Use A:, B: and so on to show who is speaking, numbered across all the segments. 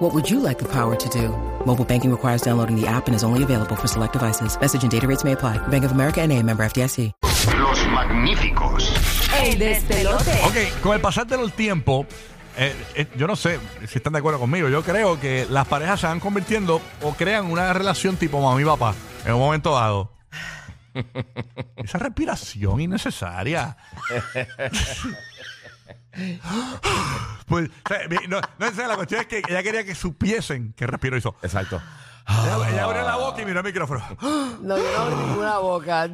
A: What would you like the power to do? Mobile banking requires downloading the app and is only available for select devices. Message and data rates may apply. Bank of America and a member FDIC.
B: Los magníficos.
C: El despelote.
D: Ok, con el pasar del tiempo, eh, eh, yo no sé si están de acuerdo conmigo. Yo creo que las parejas se van convirtiendo o crean una relación tipo mamá y papá en un momento dado. Esa respiración innecesaria. pues, o sea, mi- no, no, en serio, la cuestión es que ella quería que supiesen que respiro hizo.
E: Exacto.
D: Ella, ella abrió la boca y miró el micrófono.
C: No, yo no abrí ninguna boca.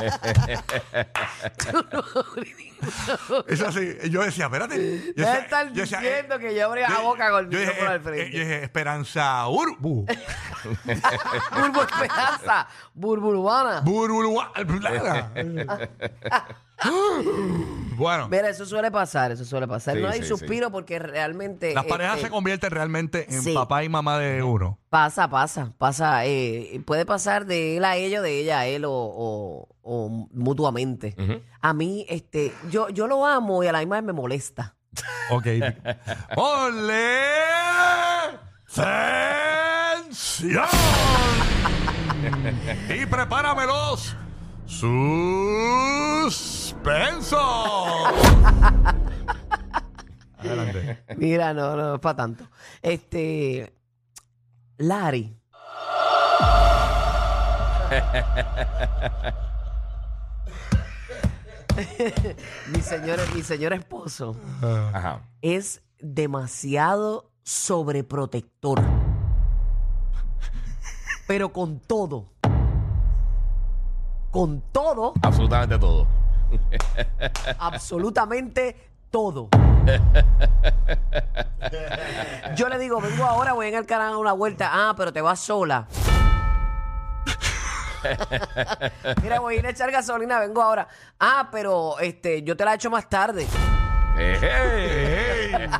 C: Yo no- yo no abrí ninguna boca.
D: Eso así. Yo decía, espérate. Yo
C: Deja de
D: decía-
C: estar
D: yo decía, eh,
C: diciendo que yo abrí la
D: yo-
C: boca con el
D: yo dije,
C: micrófono
D: eh,
C: al frente.
D: eh, yo dije, Esperanza Urbu. eh,
C: Burbu Esperanza, Burburbana.
D: Burulua- blara. bueno,
C: Mira, eso suele pasar, eso suele pasar.
E: Sí,
C: no hay
E: sí,
C: suspiro porque realmente.
D: las parejas
C: este,
D: se convierten realmente en
C: sí.
D: papá y mamá de uno.
C: Pasa, pasa, pasa. eh, puede pasar de él a ella, de ella a él o, o- o mutuamente. A mí, este, yo, yo lo amo y a la misma vez me molesta.
D: Ok. ¡Ole! ¡Tensión! y prepáramelos. ¡Suspenso! Adelante.
C: Mira, no, no, es para tanto. Este. Lari. mi, señor, mi señor esposo
E: Ajá.
C: es demasiado sobreprotector. Pero con todo. Con todo,
E: Absolutamente todo.
C: absolutamente todo. Yo le digo, vengo ahora, voy en el canal a dar una vuelta. Ah, pero te vas sola. Mira, voy a ir a echar gasolina, vengo ahora. Ah, pero este, yo te la echo más tarde.
E: Ey, ey.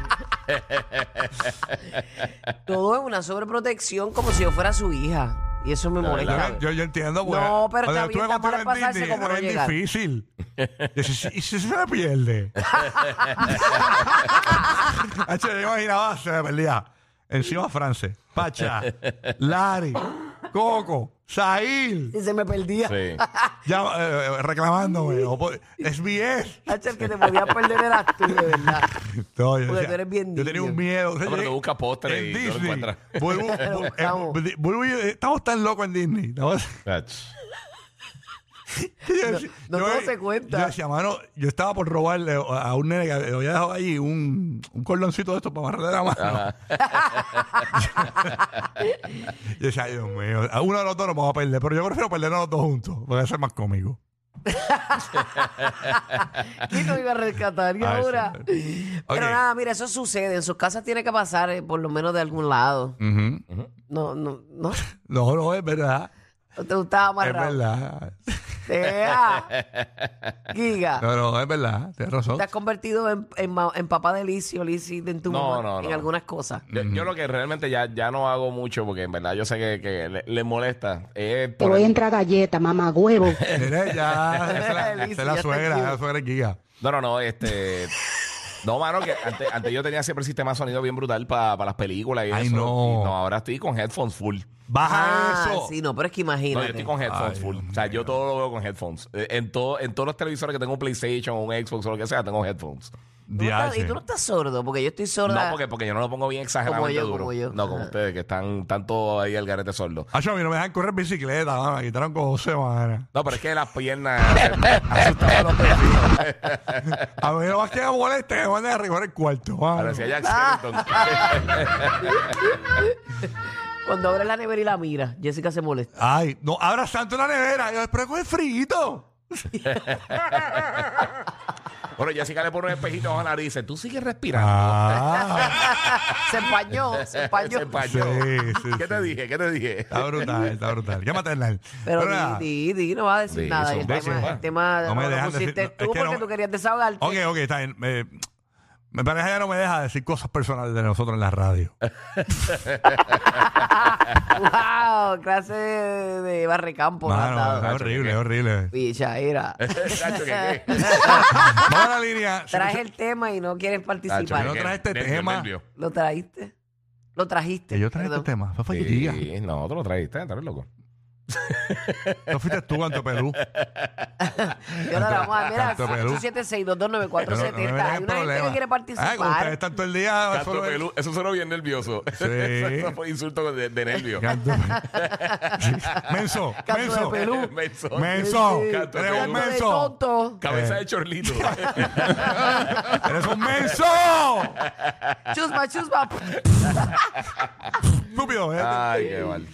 C: Todo es una sobreprotección como si yo fuera su hija. Y eso me molesta.
D: Yo, yo entiendo, pues.
C: No, pero está
D: cuando estuve
C: bien, está mal
D: contigo en
C: pasarse
D: Disney,
C: como no
D: era bien
C: llegar.
D: difícil. Y si, y si se me pierde. Hacho, yo imaginaba, se me perdía. Encima France, Pacha, Lari, Coco, Zahil,
C: Y se me perdía.
E: Sí.
D: ya, eh, reclamándome. o po- SBS.
C: Hacho, el que te podía perder eras tú, de verdad.
D: No, yo,
C: Porque tú eres bien
D: yo tenía
C: niño.
D: un miedo. O sea,
E: No, pero
D: yo-
E: tú buscas postre
D: en
E: y no lo
D: Disney,
E: encuentras.
D: vuelvo-
C: Lo
D: vu-
C: buscamos.
D: eh, vuelvo y- estamos tan locos en Disney. estamos-
E: Ach.
D: Yo decía-
C: no
D: yo-
C: todo se cuenta.
D: Yo decía, mano, yo estaba por robarle a un nene que le había dejado ahí un, un cordoncito de estos para amarrarle la mano. yo decía, ay, Dios mío, a uno de los dos nos vamos a perder, pero yo prefiero perder a los dos juntos, porque va a ser más cómico.
C: ¿Quién nos iba a rescatar? Y
D: Ay,
C: ahora.
D: señor. Ah, Ok.
C: Pero nada, mira, eso sucede. En sus casas tiene que pasar, eh, por lo menos de algún lado. No, no, no.
D: No, no, es verdad.
C: No te gustaba
D: es
C: amarrado.
D: verdad.
C: Ea. Giga.
D: No, no, es verdad. Tienes razón.
C: Te has convertido en, en, ma- en papá de Licio, Lizzy, en tu
E: No,
C: mamá,
E: no, no.
C: en algunas cosas.
E: Yo, yo lo que realmente ya, ya no hago mucho, porque en verdad yo sé que, que le, le molesta. Eh, es
F: Te voy a entrar galleta, mamá huevo.
D: Mira, ya. Esa es la,
C: Elisa,
D: esa es
C: ya
D: la
C: está
D: suegra,
C: aquí.
D: la suegra es Giga.
E: No, no, no, este. No, mano, que antes, antes yo tenía siempre el sistema de sonido bien brutal para las películas y
D: Ay,
E: eso.
D: no.
E: Y no, ahora estoy con headphones full.
D: Baja
C: Ah,
D: eso.
C: sí, no, pero es que
E: No, yo
C: imagínate.
E: estoy con headphones
D: Ay,
E: full.
D: Dios
E: O sea, yo todo lo veo con headphones. Eh, En, todo, en todos los televisores que tengo un PlayStation o un Xbox o lo que sea, tengo headphones.
C: Tú no estás-
D: Diache.
C: y tú no estás sordo, porque yo estoy sorda.
E: No, porque, porque yo no lo pongo bien exageradamente
C: yo,
E: duro.
C: como yo.
E: No, como
C: Ajá.
E: ustedes que están tanto ahí al garete sordo.
D: Acho, a mí no me dejan correr bicicleta, mano, me quitaron con José, mano.
E: No, pero es que las piernas.
D: Asustaba a los vecinos. A mí lo más que me molesta es que me manden a recoger el cuarto, mano.
E: Parecía Jack Skellington.
C: Cuando abres la nevera y la mira, Jessica se molesta.
D: Ay, no, abra santo la nevera. Yo espero con el frito.
E: Bueno, Jessica le pone un espejito a la nariz. y dice, Tú sigues respirando.
D: Ah,
C: Se empañó, se empañó.
E: Se empañó.
D: Sí, sí,
E: ¿Qué te
D: sí.
E: dije? ¿Qué te dije?
D: está brutal, está brutal. Llámate a Hernán.
C: Pero
D: nada.
C: di, di, di, no va a decir
E: Sí,
C: nada. Y
E: eso,
C: El
E: beso,
C: tema,
E: va.
C: el tema
D: No me
C: lo
D: dejan
C: pusiste
D: decir-
C: tú
D: es que no
C: porque
D: me-
C: tú querías desahogarte.
D: Ok, ok, está bien. Eh, mi pareja ya no me deja decir cosas personales de nosotros en la radio.
C: wow, clase de, de barrecampo. me has
D: Mano,
C: dado.
D: es horrible, es horrible.
C: Picha, era.
E: Chacho, ¿qué, qué?
D: Vamos a la línea.
C: Traje el tema y no quieres
E: Chacho,
D: yo
C: participar.
D: no
E: ¿qué?
D: traje este
E: Nervio,
D: tema.
E: nervio.
C: ¿Lo trajiste? ¿Lo trajiste?
D: Que yo traje
C: Perdón.
D: este tema. Eso fue que diga.
E: Sí, no, tú lo trajiste, estás loco.
D: No fuiste tú, Anto Pelú.
C: Yo no la voy a mira,
D: Tanto
C: 876-229-470.
D: Perú. Pero no- no me dejan
C: Hay una gente que
D: problema.
C: quiere
D: Ay, como Ah, ustedes
C: participar.
D: están todo el día.
E: Canto
D: solo-
E: pelú, eso suena bien nervioso.
D: Sí.
E: eso fue insulto de, de nervio.
D: Canto- Sí. menso,
C: Canto de
D: menso.
C: Pelú.
E: Menso.
D: Menso. Eh.
E: Canto de
D: Eres un
E: pelú.
C: Canto de
D: menso.
C: tonto.
E: Cabeza de chorlito.
D: Eres un menso.
C: Chusma, chusma.
D: Estúpido. ¿eh?
E: Ay, qué mal.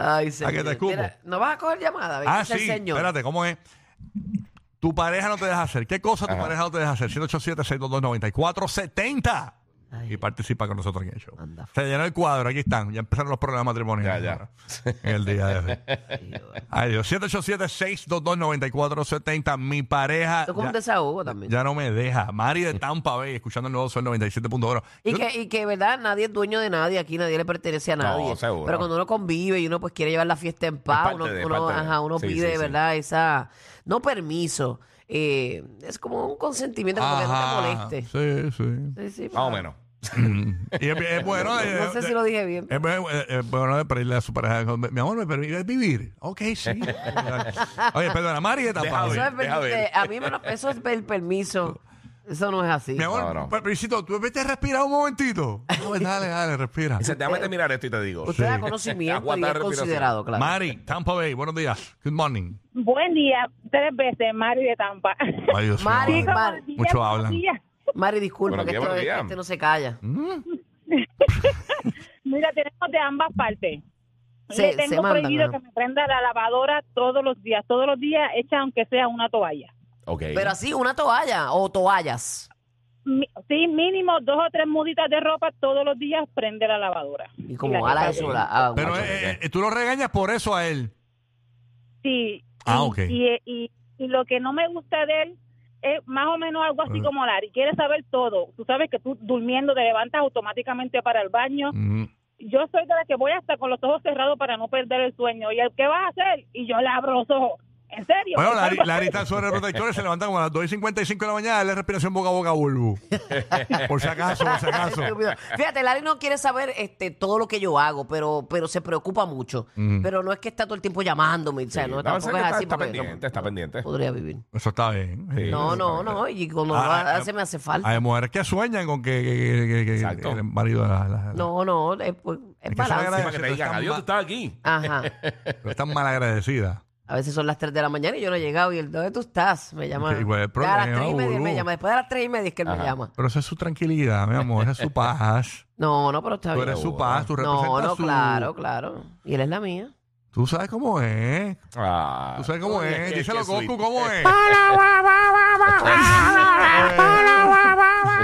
C: Ay, señor.
D: que te escupo.
C: Mira, no vas a coger llamada,
D: Ah,
C: bendito sea el
D: sí.
C: señor.
D: Espérate, ¿cómo es? Tu pareja no te deja hacer. ¿Qué cosa tu pareja no te deja hacer? 787-622-9470. Y participa con nosotros en el show.
C: Anda.
D: Se llenó el cuadro, aquí están. Ya empezaron los problemas matrimoniales.
E: Ya,
D: ya. En el día de hoy. Ay, Dios. 787-622-9470. Mi pareja.
C: Esto es como
D: ya-
C: un desahogo también.
D: Ya no me deja. Mari de Tampa Bay, escuchando el nuevo Sol 97.1.
C: Y
D: Yo-
C: que, y que, ¿verdad? Nadie es dueño de nadie aquí, nadie le pertenece a
E: No,
C: nadie.
E: seguro.
C: Pero cuando uno convive y uno pues quiere llevar la fiesta en
E: Es
C: paz,
E: parte
C: uno,
E: de-
C: uno,
E: parte de-
C: ajá, uno
E: sí,
C: pide,
E: sí, sí.
C: ¿verdad? Esa, no permiso, eh, es como un consentimiento como
D: Ajá.
C: que no te moleste.
D: Sí, sí.
C: Sí, sí,
E: Más o
C: pa-
E: menos.
D: y es, es bueno.
C: No sé
D: eh,
C: si lo dije bien.
D: Es bueno, eh, eh, bueno de pedirle a su pareja, mi amor, ¿me permite vivir? Ok, sí. Oye, perdona, Mari de Tampa
E: Deja
D: Bay.
C: Eso es,
E: deja ver.
C: eh, a mí me lo- eso es el permiso. Eso no es así.
D: Mi amor,
E: No, no.
D: Patricito, tú vete a respirar un momentito. No, pues, dale, dale, respira.
E: Dice, déjame terminar esto y te digo.
C: Usted da
D: Sí.
C: conocimiento y es
E: Aguanta la respiración.
C: considerado, claro.
D: Mari, Tampa Bay, buenos días. Good morning.
G: Buen día, tres veces, Mari de Tampa.
D: Ay, Dios mío,
C: Mari,
D: Mari.
C: Mari.
D: Mucho hablan.
C: Mari, disculpa,
E: Buenos
C: que
E: días,
C: esto,
E: buenos
C: es-
E: días.
C: este no se calla.
G: Mm. Mira, tenemos de ambas partes.
C: Se-
G: Le
C: se
G: tengo
C: mandan,
G: prohibido
C: ajá.
G: que me prenda la lavadora todos los días, todos los días, echa aunque sea una toalla.
E: Ok.
C: Pero así, una toalla o toallas.
G: Mi- sí, mínimo dos o tres muditas de ropa todos los días prende la lavadora.
C: Y como
G: la
C: ala
G: que
C: eso,
G: está
C: la- ah,
D: Pero
C: guacho.
D: eh, eh, tú lo regañas por eso a él.
G: Sí.
D: Ah,
G: y,
D: ok.
G: y, y- y lo que no me gusta de él es más o menos algo así
D: Ah.
G: como Lari. Quiere saber todo. Tú sabes que tú durmiendo te levantas automáticamente para el baño.
D: Mm.
G: yo soy de la que voy hasta con los ojos cerrados para no perder el sueño. ¿Y el qué vas a hacer? Y yo le abro los ojos. ¿En serio?
D: Bueno,
G: ¿Qué
D: Larry,
G: tal?
D: Larry está sobre protectores, se levanta como a las 2 y 55 de la mañana, dale respiración boca a boca a Bulbu. Por si acaso, por si acaso.
C: Estúpido. Fíjate, Larry no quiere saber este, todo lo que yo hago, pero, pero se preocupa mucho. Pero no es que está todo el tiempo llamándome, o sea,
E: Sí.
C: no,
E: No,
C: tampoco
E: sé que
C: es
E: está-
C: así.
E: está
C: porque no-
E: pendiente, está
C: no
E: pendiente.
C: Podría vivir.
D: Eso está bien. Sí.
C: No, no,
E: está
C: no, y cuando
D: Ah,
C: lo
D: ah,
C: hace me hace falta.
D: Hay mujeres que sueñan con que, que- que- que- que
E: Exacto.
D: el marido la, la- la-
C: No, no, es, pues, es
D: ah, Es que eso le
C: balance.
D: agradece.
E: Para que te digan, adiós, tú estabas aquí.
C: Ajá.
D: pero es tan malagradecida.
C: A veces son las 3 de la mañana y yo no he llegado. ¿Y el dónde tú estás? Me llama.
D: Sí, pues, el
C: Ya a las
D: problema,
C: 3 y media él me
D: boludo.
C: llama. Después de las 3 y media es que él me
E: Ajá.
C: llama.
D: Pero esa es su tranquilidad, mi amor, esa es su paz.
C: No, no, pero está
D: Tú
C: bien.
D: eres su paz, tú representas
C: No, no,
D: su-
C: claro, claro. Y él es la mía.
D: Tú sabes cómo es.
E: Ah.
D: Tú sabes cómo
E: Oye,
D: es.
E: qué-
D: Díselo,
E: qué
D: Goku,
E: sweet.
D: cómo es.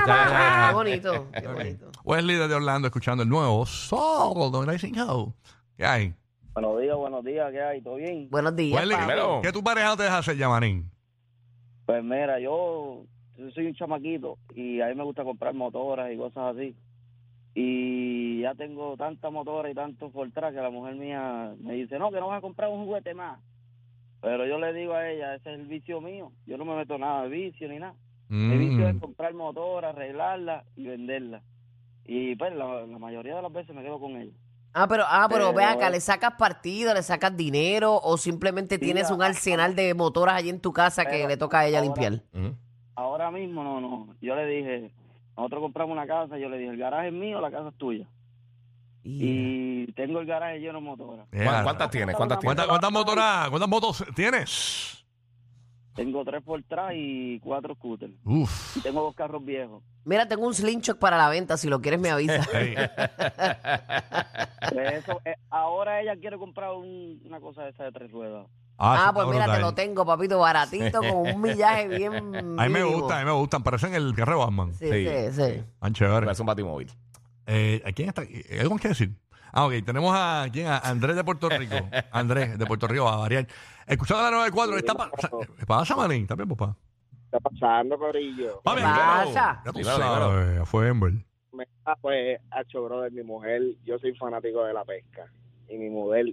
D: Ah.
C: Qué bonito, qué bonito.
D: Wesley desde Orlando escuchando el nuevo Soul 95. ¿Qué hay?
H: Buenos días, buenos días, ¿qué hay? ¿Todo bien?
C: Buenos días.
D: Wesley,
C: papi.
E: primero.
D: ¿qué tu pareja no te deja hacer, Yamanín?
H: Pues mira, yo, yo soy un chamaquito y a mí me gusta comprar motoras y cosas así. Y ya tengo tantas motoras y tantos Fortran que la mujer mía me dice, no, que no vas a comprar un juguete más. Pero yo le digo a ella, ese es el vicio mío. Yo no me meto nada de vicio ni nada. Mi vicio es
D: Mm.
H: comprar motoras, arreglarlas y venderlas. Y pues la, la mayoría de las veces me quedo con ella.
C: Ah, pero, ah, pero, ve
H: Pero-
C: acá, ¿le sacas partido, le sacas dinero o simplemente
H: Sí,
C: tienes un
H: ah,
C: arsenal de motoras allí en tu casa que
H: pero
C: le toca a ella
H: ahora-
C: limpiar?
E: Ujú.
H: Ahora mismo no, no. Yo le dije, nosotros compramos una casa, yo le dije, el garaje es mío, la casa es tuya. Y tengo el garaje lleno de motoras.
D: Yeah.
E: ¿Cuán- ¿Cuántas tienes? ¿Cuántas tienes?
D: ¿Cuántas, cuántas motoras, cuántas motos tienes?
H: Tengo tres por atrás y cuatro scooters.
D: Uf.
H: Y tengo dos carros viejos.
C: Mira, tengo un slinchok para la venta, si lo quieres me avisa.
D: Ey,
H: Pues eso, eh, ahora ella quiere comprar un- una cosa de esa de tres ruedas.
D: eso
C: Ah,
D: está
C: pues mira, te
D: brutal.
C: lo tengo, papito, baratito, con un millaje bien.
D: A mí me
C: mínimo.
D: gustan, a mí me gustan. Parecen el carro de Batman.
C: Sí,
E: Sí.
C: sí, sí.
D: Tan Ah, chévere.
E: Parece un batimóvil.
D: Eh, ¿A quién está? ¿Hay ¿Algo que decir? Ah, ok. Tenemos a quién? A Andrés de Puerto Rico. Andrés de Puerto Rico, va a variar. Escuchando la 94, está pa- sa- pasa, Marín, también, papá.
H: está pasando, Corillo?
D: Papi,
C: ¿Qué pasa?
D: claro, Ya tú
E: Dímelo,
D: sabes, fue Ember.
H: Me- ah, pues, hacho, brother, mi mujer, yo soy fanático de la pesca. Y mi mujer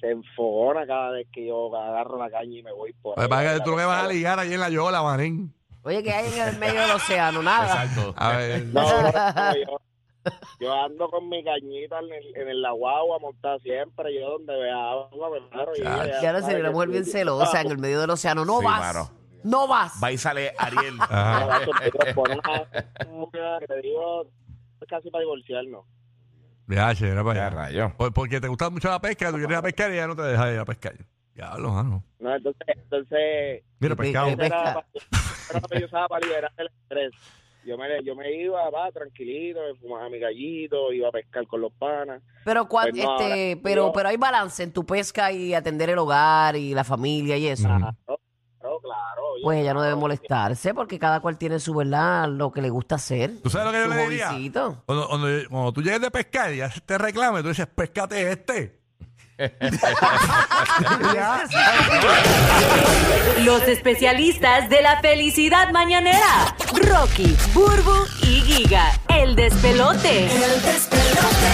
H: se enfogona cada vez que yo agarro la caña y me voy por
D: Lo
H: ahí
D: que pasa es que
H: la
D: tú no me vas a
H: pesca.
D: ligar ahí en la Yola, Marín.
C: Oye, que hay en el medio del océano? Nada.
E: Exacto.
D: A ver.
H: No, no, no, yo, yo ando con mi cañita en el, en el la guagua montada siempre. Yo donde vea agua, me paro. y ella
C: Ya no sé,
H: sabe
C: una
H: que
C: mujer
H: sí.
C: bien celosa en el medio del océano. No
E: Sí,
C: vas.
E: mano.
C: No vas.
E: Va y sale Ariel.
H: Ah,
D: Ajá.
H: macho, pero por una mujer que te digo, es casi para divorciarnos.
D: Ya, che, era para
E: Ya,
D: allá.
E: rayo.
D: Por- Porque te gusta mucho la pesca, tú quieres ir a pescar y ella no te deja ir a pescar. Diablo, mano.
H: No, entonces, entonces
D: Mira,
C: Pe-
D: pescado.
H: Esa era,
C: Pesca.
H: pa- era lo que yo usaba para liberar el estrés. Yo me, yo me iba, va, tranquilito, me fumaba mi gallito, iba a pescar con los panas.
C: Pero, cuan-
H: Pues no,
C: este,
H: ahora-
C: pero,
H: yo-
C: pero hay balance en tu pesca y atender el hogar y la familia y eso.
D: Ujú.
H: Claro, claro. oye,
C: Pues ella no debe
H: claro.
C: molestarse porque cada cual tiene su verdad, lo que le gusta hacer.
D: ¿Tú sabes lo que yo
C: su
D: le diría?
C: hobbycito.
D: Cuando, cuando- cuando tú llegues de pescar y haces este reclame, tú dices, pescate este. Ya.
I: Los especialistas de la felicidad mañanera. Rocky, Burbu y Giga. El despelote. El despelote.